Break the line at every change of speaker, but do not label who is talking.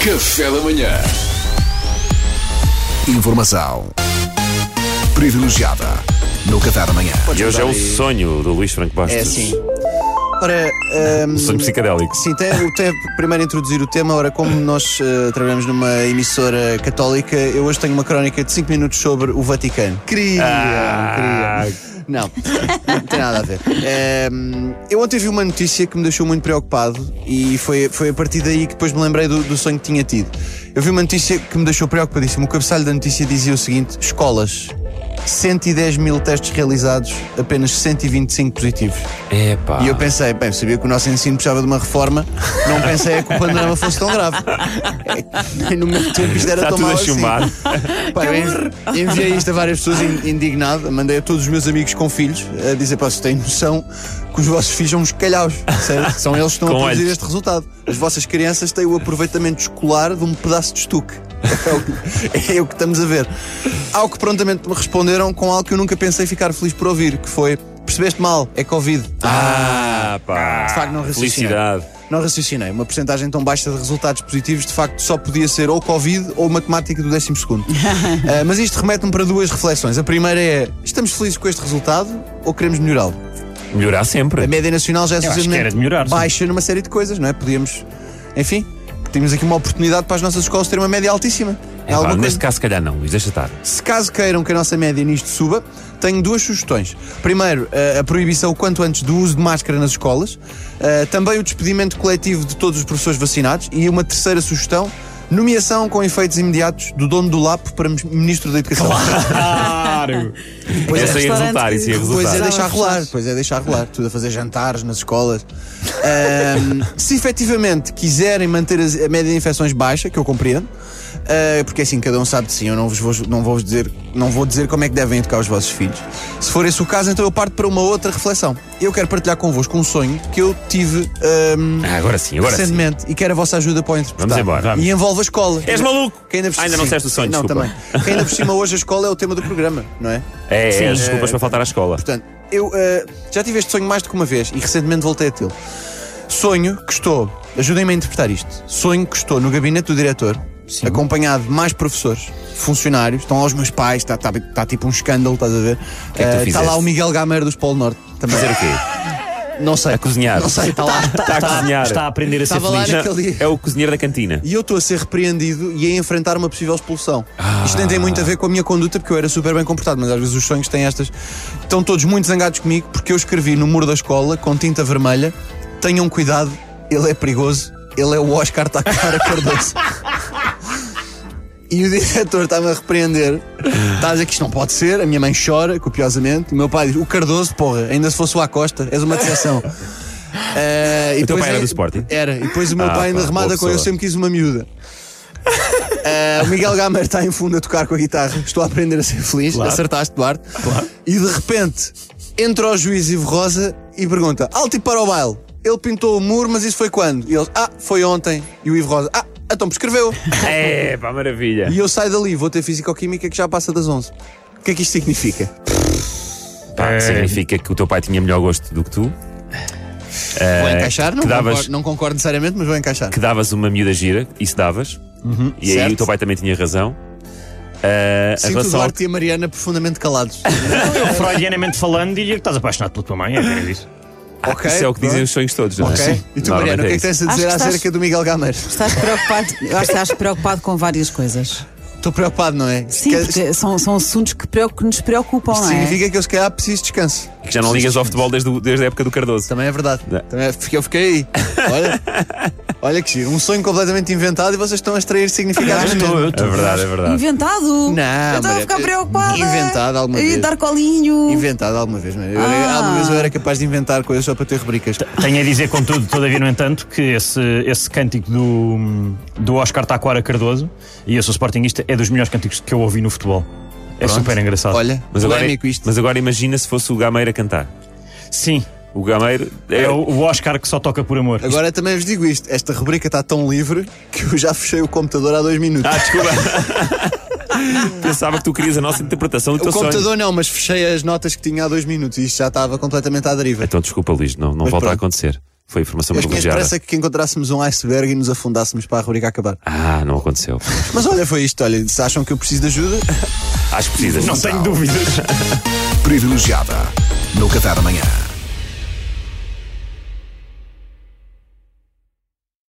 Café da Manhã. Informação privilegiada no Café da Manhã.
E hoje é o sonho do Luís Franco Bastos.
É assim. Ora, ahm,
Sonho psicadélico.
sim, tem, o tem- primeiro introduzir o tema. Ora, como nós eh, trabalhamos numa emissora católica, eu hoje tenho uma crónica de 5 minutos sobre o Vaticano. Queria,
Ah,
queria. Não, não tem nada a ver. Ahm, eu ontem vi uma notícia que me deixou muito preocupado e foi, foi a partir daí que depois me lembrei do, do sonho que tinha tido. Eu vi uma notícia que me deixou preocupadíssimo. O cabeçalho da notícia dizia o seguinte: escolas, 110 mil testes realizados, apenas 125 positivos.
Epá.
E eu pensei, bem, sabia que o nosso ensino precisava de uma reforma, não pensei é que o panorama fosse tão grave. É, no meu tempo isto era
Está
tão
tudo
mau
a
assim.
chumbar.
Pá, eu en- enviei isto a várias pessoas in- indignado, mandei a todos os meus amigos com filhos a dizer, pá, vocês têm noção que os vossos filhos são uns calhaus, certo? São eles que estão
Com
a produzir
olhos.
este resultado. As vossas crianças têm o aproveitamento escolar de um pedaço de estuque. É o, que, é o que estamos a ver. Ao que prontamente me responderam com algo que eu nunca pensei ficar feliz por ouvir, que foi, percebeste mal, é Covid.
Ah, pá.
De facto, não raciocinei.
Felicidade.
Não raciocinei. Uma porcentagem tão baixa de resultados positivos, de facto, só podia ser ou Covid ou matemática do 12. Ah, mas isto remete-me para duas reflexões. A primeira é: estamos felizes com este resultado ou queremos melhorá-lo?
Melhorar sempre.
A média nacional já é
que era de melhorar,
suficientemente
sim.
baixa numa série de coisas, não é? Podíamos, enfim, temos aqui uma oportunidade para as nossas escolas terem uma média altíssima. É
Epá,
alguma
neste
coisa-
caso, se calhar não, Luís, deixa estar.
se caso queiram que a nossa média nisto suba, tenho duas sugestões. Primeiro, eh, a- a proibição o quanto antes do uso de máscara nas escolas, Ah, também o despedimento coletivo de todos os professores vacinados e uma terceira sugestão, nomeação com efeitos imediatos do dono do LAP para Ministro da Educação.
Claro!
Pois
Essa
é,
ia resultar,
restaurante
isso ia
que-
Pois é
resultar.
deixar rolar, pois é deixar rolar, tudo a fazer jantares nas escolas. Ahm, se efetivamente quiserem manter as- a média de infecções baixa, que eu compreendo, ah, porque assim cada um sabe de si, eu não vos vou, não vou dizer, não vou dizer como é que devem educar os vossos filhos. Se for esse o caso, então eu parto para uma outra reflexão. Eu quero partilhar convosco um sonho que eu tive ahm,
Ah, agora sim, agora sim.
recentemente e quero a vossa ajuda para o interpretar.
Vamos embora. Vamos.
E envolve a escola.
És maluco?
Que ainda por
Ah, ainda não
sim.
disseste o sonho,
Não,
desculpa.
também. Que ainda por cima hoje a escola é o tema do programa, não é?
É, é, as desculpas para faltar à escola.
Portanto, eu eh, já tive este sonho mais do que uma vez e recentemente voltei a tê-lo. Sonho que estou, ajudem-me a interpretar isto. Sonho que estou no gabinete do diretor, acompanhado de mais professores, funcionários, estão lá os meus pais, está tá, tá tipo um escândalo, estás a ver?
que é que tu
Eh, Está lá
fizeste?
o Miguel Gameiro dos Polo Norte. Também.
Fazer o quê?
Não sei. A
cozinhar.
Não sei, Tá, está lá.
Está a cozinhar.
Está a aprender a ser
Estava lá
feliz.
na- naquele dia.
É o cozinheiro da cantina.
E eu estou a ser repreendido e a enfrentar uma possível expulsão. Isto nem tem muito a ver com a minha conduta, porque eu era super bem comportado, mas às vezes os sonhos têm estas. Estão todos muito zangados comigo porque eu escrevi no muro da escola, com tinta vermelha: tenham cuidado, ele é perigoso, ele é o Oscar Takara Cardoso. E o diretor está-me a repreender. Está a dizer que isto não pode ser. A minha mãe chora copiosamente. O meu pai diz: O Cardoso, porra, ainda se fosse o Acosta, és uma decepção. Eh, e
O teu
depois
pai era
é-
do Sporting?
Era. E depois o meu
Ah,
pai ainda
pá,
remata
boa
com: Eu
pessoa.
sempre quis uma miúda. Eh, o Miguel Gamer está em fundo a tocar com a guitarra. Estou a aprender a ser feliz. Acertaste, Duarte. E de repente entra o juiz Ivo Rosa e pergunta: Alto e para o baile. Ele pintou o muro, mas isso foi quando? E eles: Ah, foi ontem. E o Ivo Rosa: Ah, então prescreveu.
É, pá, maravilha.
E eu saio dali, vou ter físico-química que já passa das 11. O que é que isto significa?
Pá, que significa que o teu pai tinha melhor gosto do que tu,
vou encaixar, não,
Eh, que davas-
concordo, não concordo necessariamente, mas vou encaixar.
que davas uma miúda gira, isso davas, e aí
Uhum, certo.
o teu pai também tinha razão. Ah, a
Sinto o
relação ao-
Duarte e a Mariana profundamente calados.
Eu, freudianamente falando, diria que estás apaixonado pela tua mãe, é apenas isso.
Ah,
Ok,
Isso é o que dizem
pronto.
os sonhos todos, não é?
ok? E tu, Mariana, o que é
Normalmente
que tens a
Acho
dizer
que estás-
acerca do Miguel Gamer?
Estás preocupado, eu acho que estás preocupado com várias coisas.
Estou preocupado, não é?
Sim,
Que-
porque são, são assuntos que, preo- que nos preocupam,
isto
não é?
significa que eu se calhar preciso de descanso.
é. Que já não ligas ao futebol desde, o- desde a época do Cardoso.
Também é verdade.
Não.
Também é- fiquei- eu fiquei aí. Olha, olha que giro. Um sonho completamente inventado e vocês estão a extrair significados. na mesma.
É verdade, é verdade.
Inventado!
Não,
eu estava a
Maria,
ficar
eh,
preocupada.
inventado alguma
E
vez.
dar colinho.
Inventado alguma vez, não é? Eu era-
Ah.
Alguma vez eu era capaz de inventar coisas só para ter
Tá,
rubricas.
Tenho a dizer, contudo, todavia, no entanto, que esse, esse cântico do, do Oscar Taquara Cardoso, e eu sou sportinguista, é dos melhores cânticos que eu ouvi no futebol. É super engraçado.
Olha,
Mas agora, é-
polémico isto.
mas agora imagina se fosse o Gameiro a cantar.
Sim,
O Gameiro
é o, o Oscar que só toca por amor.
Agora também vos digo isto: esta rubrica está tão livre que eu já fechei o computador há dois minutos.
Ah, desculpa. Pensava que tu querias a nossa interpretação do
o
teu
computador
sonho.
não, mas fechei as notas que tinha há dois minutos e isto já estava completamente à deriva.
Então desculpa, Luís, não, não
Mas
volta a
pronto.
acontecer. Foi informação
Eu tinha
privilegiada.
esperança que encontrássemos um iceberg e nos afundássemos para a rubrica acabar.
Ah, não aconteceu.
Mas olha, foi isto. Olha, se acham que eu preciso de ajuda,
Acho que precisas.
Não tenho dúvidas.
Privilegiada. No Café da Manhã.